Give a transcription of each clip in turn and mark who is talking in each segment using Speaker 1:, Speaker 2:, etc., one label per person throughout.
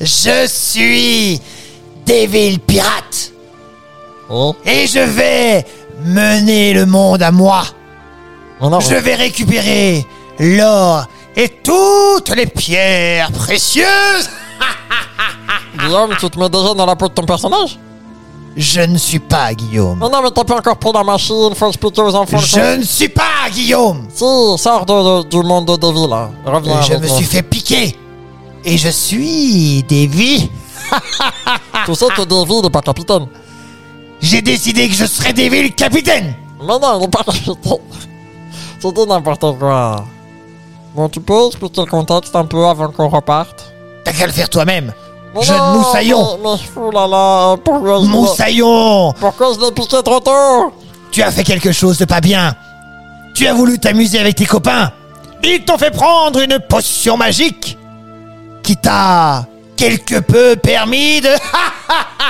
Speaker 1: je suis Devil Pirate.
Speaker 2: Oh.
Speaker 1: Et je vais mener le monde à moi.
Speaker 2: On en
Speaker 1: Je vais récupérer l'or et toutes les pierres précieuses.
Speaker 2: Guillaume, tu te mets déjà dans la peau de ton personnage
Speaker 1: Je ne suis pas Guillaume.
Speaker 2: Mais non, mais t'as pas encore pris la machine, faut expliquer aux enfants. le
Speaker 1: Je ne suis pas Guillaume.
Speaker 2: Si, sors de- de- du monde de Davy, là. Reviens
Speaker 1: Je
Speaker 2: avec
Speaker 1: me
Speaker 2: nous.
Speaker 1: suis fait piquer. Et je suis Davy.
Speaker 2: Tu sais que Davy, il est pas capitaine.
Speaker 1: J'ai décidé que je serais Davy le capitaine.
Speaker 2: Mais non, il est pas capitaine. Tu dis n'importe quoi. Bon, tu peux expliquer le contexte un peu avant qu'on reparte
Speaker 1: T'as qu'à le faire toi-même.
Speaker 2: Mais
Speaker 1: Jeune
Speaker 2: non,
Speaker 1: moussaillon.
Speaker 2: Mais, mais oulala, pourquoi je l'ai-
Speaker 1: Moussaillon,
Speaker 2: Pourquoi je l'ai piqué trop tôt
Speaker 1: tu as fait quelque chose de pas bien. Tu as voulu t'amuser avec tes copains. Ils t'ont fait prendre une potion magique qui t'a quelque peu permis de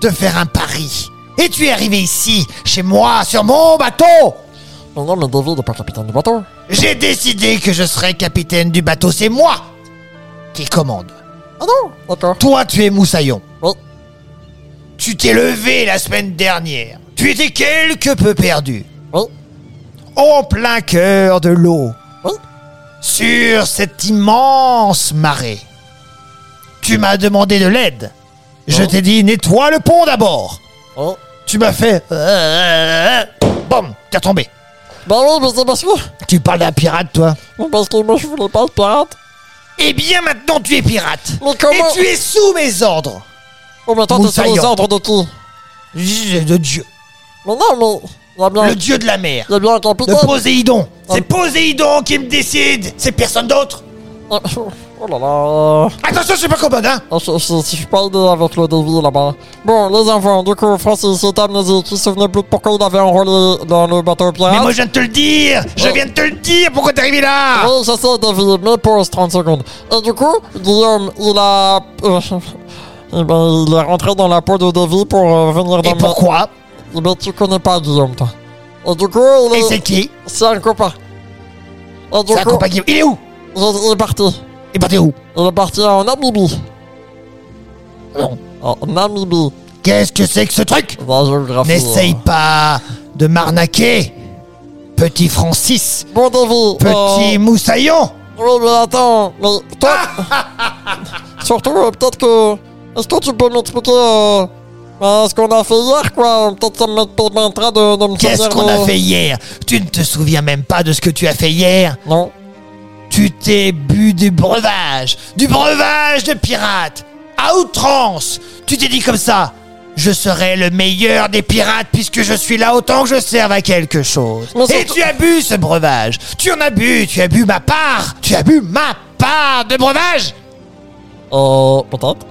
Speaker 1: de faire un pari. Et tu es arrivé ici, chez moi, sur mon bateau.
Speaker 2: Mais non, mais Davy, il est pas capitaine du bateau.
Speaker 1: J'ai décidé que je serais capitaine du bateau. C'est moi qui commande.
Speaker 2: Ah non, d'accord.
Speaker 1: Toi, tu es Moussaillon.
Speaker 2: Oui.
Speaker 1: Tu t'es levé la semaine dernière. Tu étais quelque peu perdu.
Speaker 2: Oui.
Speaker 1: en plein cœur de l'eau,
Speaker 2: Oui.
Speaker 1: sur cette immense marée. Tu m'as demandé de l'aide. Je
Speaker 2: Oh.
Speaker 1: t'ai dit nettoie le pont d'abord.
Speaker 2: Oui.
Speaker 1: Tu m'as fait euh, bam, t'es tombé.
Speaker 2: Ben oui, mais c'est parce que...
Speaker 1: Tu parles d'un pirate, toi.
Speaker 2: mais Parce que moi, je voulais pas être pirate.
Speaker 1: Eh bien, maintenant tu es pirate.
Speaker 2: Mais comment-
Speaker 1: Et tu es sous mes ordres.
Speaker 2: Oh, mais toi, t'es sur les
Speaker 1: Moussaillon.
Speaker 2: ordres de qui
Speaker 1: De Dieu,
Speaker 2: Mais non, mais... Il y a bien,
Speaker 1: le Dieu de la mer,
Speaker 2: il y a bien un
Speaker 1: le
Speaker 2: capitaine.
Speaker 1: Poséidon.
Speaker 2: Oh.
Speaker 1: C'est Poséidon qui me décide. C'est personne d'autre.
Speaker 2: Ah, Oh là là.
Speaker 1: Attention, je suis pas commode, hein.
Speaker 2: Ah, Je, je, je suis pas aidé avec le dévi là-bas. Bon, les enfants, du coup, Francis il est amnésique. Il se souvenait plus de pourquoi il avait enrôlé dans le bateau
Speaker 1: Mais
Speaker 2: pirate.
Speaker 1: moi, je viens de te le dire. Je
Speaker 2: Oh.
Speaker 1: viens de te le dire. Pourquoi t'es arrivé là
Speaker 2: Oui, je sais, David, mais pause 30 secondes. Et du coup, Guillaume, il a. euh, eh ben, il est rentré dans la peau de David pour euh, venir dans
Speaker 1: Et
Speaker 2: le-
Speaker 1: pourquoi
Speaker 2: Eh ben, tu connais pas Guillaume, toi. Et du coup, il
Speaker 1: Et
Speaker 2: est-
Speaker 1: c'est qui
Speaker 2: c'est un copain. Et du
Speaker 1: C'est un
Speaker 2: coup,
Speaker 1: copain qui- Il est où
Speaker 2: il, il est parti.
Speaker 1: Et bah t'es où
Speaker 2: Il est parti en Namibie.
Speaker 1: Non.
Speaker 2: En Namibie.
Speaker 1: Qu'est-ce que c'est que ce truc
Speaker 2: Dans la géographie.
Speaker 1: N'essaye
Speaker 2: Oh.
Speaker 1: pas de m'arnaquer, petit Francis,
Speaker 2: Bon, David.
Speaker 1: petit
Speaker 2: euh,
Speaker 1: Moussaillon.
Speaker 2: Oui, mais attends, mais toi. Surtout, euh, peut-être que. Est-ce que tu peux m'expliquer euh, euh, ce qu'on a fait hier, quoi Peut-être que ça me permettra de, de me
Speaker 1: Qu'est-ce
Speaker 2: souvenir
Speaker 1: qu'on
Speaker 2: de-
Speaker 1: a fait hier Tu ne te souviens même pas de ce que tu as fait hier.
Speaker 2: Non.
Speaker 1: Tu t'es bu du breuvage, du breuvage de pirate, à outrance. Tu t'es dit comme ça. Je serai le meilleur des pirates puisque je suis là autant que je serve à quelque chose.
Speaker 2: Mais
Speaker 1: Et
Speaker 2: surtout-
Speaker 1: tu as bu ce breuvage. Tu en as bu, tu as bu ma part. Tu as bu ma part de breuvage.
Speaker 2: Euh. Peut-être.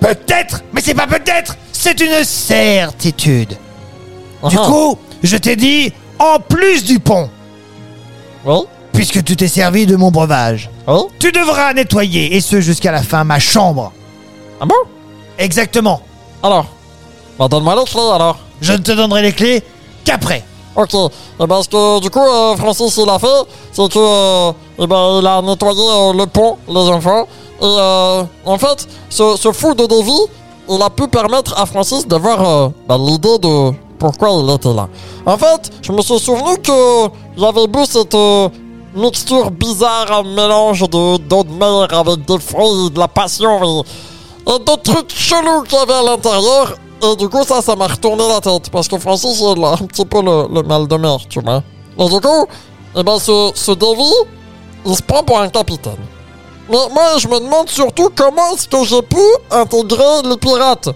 Speaker 1: Peut-être, mais c'est pas peut-être, c'est une certitude. Du
Speaker 2: Ah,
Speaker 1: coup, je t'ai dit en plus du pont,
Speaker 2: Oui.
Speaker 1: puisque tu t'es servi de mon breuvage.
Speaker 2: Oui.
Speaker 1: Tu devras nettoyer, et ce jusqu'à la fin, ma chambre.
Speaker 2: Ah bon
Speaker 1: Exactement.
Speaker 2: Alors. Bah, donne-moi les clés, alors.
Speaker 1: Je ne te donnerai les clés qu'après.
Speaker 2: Ok. Et ben, ce que du coup, euh, Francis, il a fait, c'est que. euh, eh ben, il a nettoyé euh, le pont, les enfants. Et euh, en fait, ce, ce fou de Davy, il a pu permettre à Francis d'avoir euh, ben, l'idée de pourquoi il était là. En fait, je me suis souvenu que j'avais bu cette. euh, Mixture bizarre, un mélange de d'eau de mer avec des fruits, de la passion et, et d'autres trucs chelous qu'il y avait à l'intérieur. Et du coup, ça, ça m'a retourné la tête. Parce que Francis, il a un petit peu le, le mal de mer, tu vois. Et du coup, eh ben, ce, ce Davy, il se prend pour un capitaine. Mais moi, je me demande surtout comment est-ce que j'ai pu intégrer les pirates.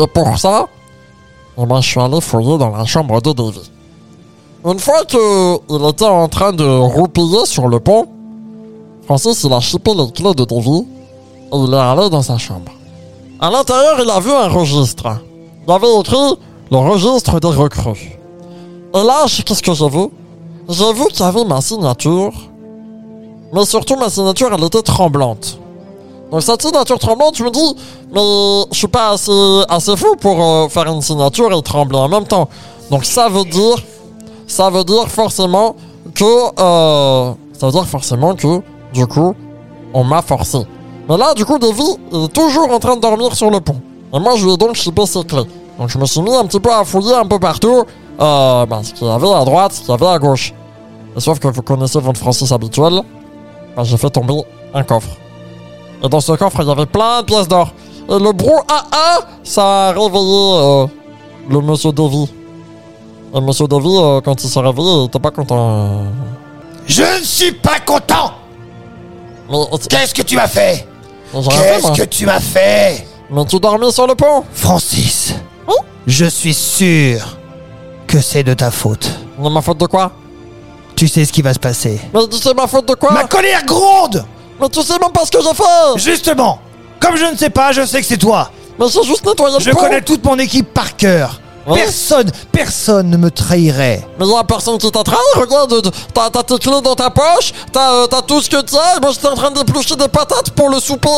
Speaker 2: Et pour ça, eh ben, je suis allé fouiller dans la chambre de Davy. Une fois qu'il était en train de roupiller sur le pont, Francis, il a chipé les clés de Davy et il est allé dans sa chambre. À l'intérieur, il a vu un registre. Il avait écrit le registre des recrues. Et là, je- qu'est-ce que j'ai vu J'ai vu qu'il y avait ma signature, mais surtout ma signature, elle était tremblante. Donc cette signature tremblante, je me dis, mais je suis pas assez, assez fou pour euh, faire une signature et trembler en même temps. Donc ça veut dire, ça veut dire forcément que, euh, ça veut dire forcément que, du coup, on m'a forcé. Mais là, du coup, Davy il est toujours en train de dormir sur le pont. Et moi, je lui ai donc chipé ses clés. Donc, je me suis mis un petit peu à fouiller un peu partout, euh, ben, ce qu'il y avait à droite, ce qu'il y avait à gauche. Et sauf que vous connaissez votre Francis habituel, ben, j'ai fait tomber un coffre. Et dans ce coffre, il y avait plein de pièces d'or. Et le brouhaha, ça a réveillé euh, le monsieur Davy. Et monsieur Davy, euh, quand il s'est réveillé, il était pas content.
Speaker 1: Je ne suis pas content
Speaker 2: Mais,
Speaker 1: Qu'est-ce que tu m'as fait
Speaker 2: j'ai rien fait,
Speaker 1: Qu'est-ce
Speaker 2: moi.
Speaker 1: que tu m'as fait
Speaker 2: Mais tu dormais sur le pont
Speaker 1: Francis,
Speaker 2: Oui
Speaker 1: je suis sûr que c'est de ta faute.
Speaker 2: Mais ma faute de quoi
Speaker 1: Tu sais ce qui va se passer.
Speaker 2: Mais tu sais ma faute de quoi
Speaker 1: Ma colère gronde
Speaker 2: Mais tu sais même pas ce que j'ai fait
Speaker 1: Justement, comme je ne sais pas, je sais que c'est toi.
Speaker 2: Mais j'ai juste nettoyé le
Speaker 1: Je
Speaker 2: pont.
Speaker 1: connais toute mon équipe par cœur.
Speaker 2: Ouais.
Speaker 1: Personne, personne ne me trahirait.
Speaker 2: Mais y'a personne qui t'a trahi, regarde, tu- t'as t'as tes clés dans ta poche, t'as euh, t'as tout ce que t'as, et moi j'étais en train d'éplucher des patates pour le souper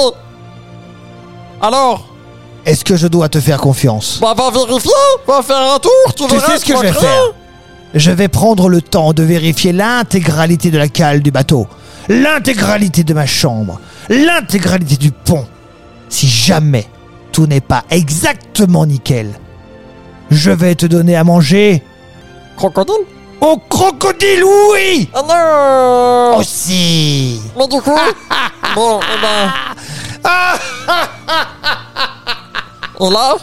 Speaker 2: Alors
Speaker 1: Est-ce que je dois te faire confiance
Speaker 2: Bah va vérifier, va faire un tour, tu,
Speaker 1: Tu
Speaker 2: verras,
Speaker 1: sais ce que
Speaker 2: vas
Speaker 1: je vais
Speaker 2: créer.
Speaker 1: faire Je vais prendre le temps de vérifier l'intégralité de la cale du bateau, l'intégralité de ma chambre, l'intégralité du pont. Si jamais tout n'est pas exactement nickel, je vais te donner à manger
Speaker 2: Crocodile
Speaker 1: au crocodile, oui
Speaker 2: Ah non
Speaker 1: Oh, Aussi
Speaker 2: Mais du coup... bon, eh ben... Et là,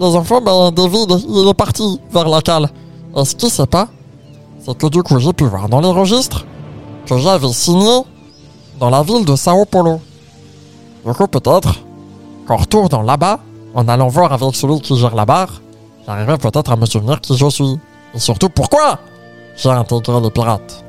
Speaker 2: les enfants, ben, David, il est parti vers la cale. Et ce qu'il sait pas, c'est que du coup, j'ai pu voir dans les registres que j'avais signé dans la ville de Sao Paulo. Du coup, peut-être qu'en retournant là-bas, en allant voir avec celui qui gère la barre, j'arriverai peut-être à me souvenir qui je suis. Et surtout, pourquoi j'ai intégré les pirates.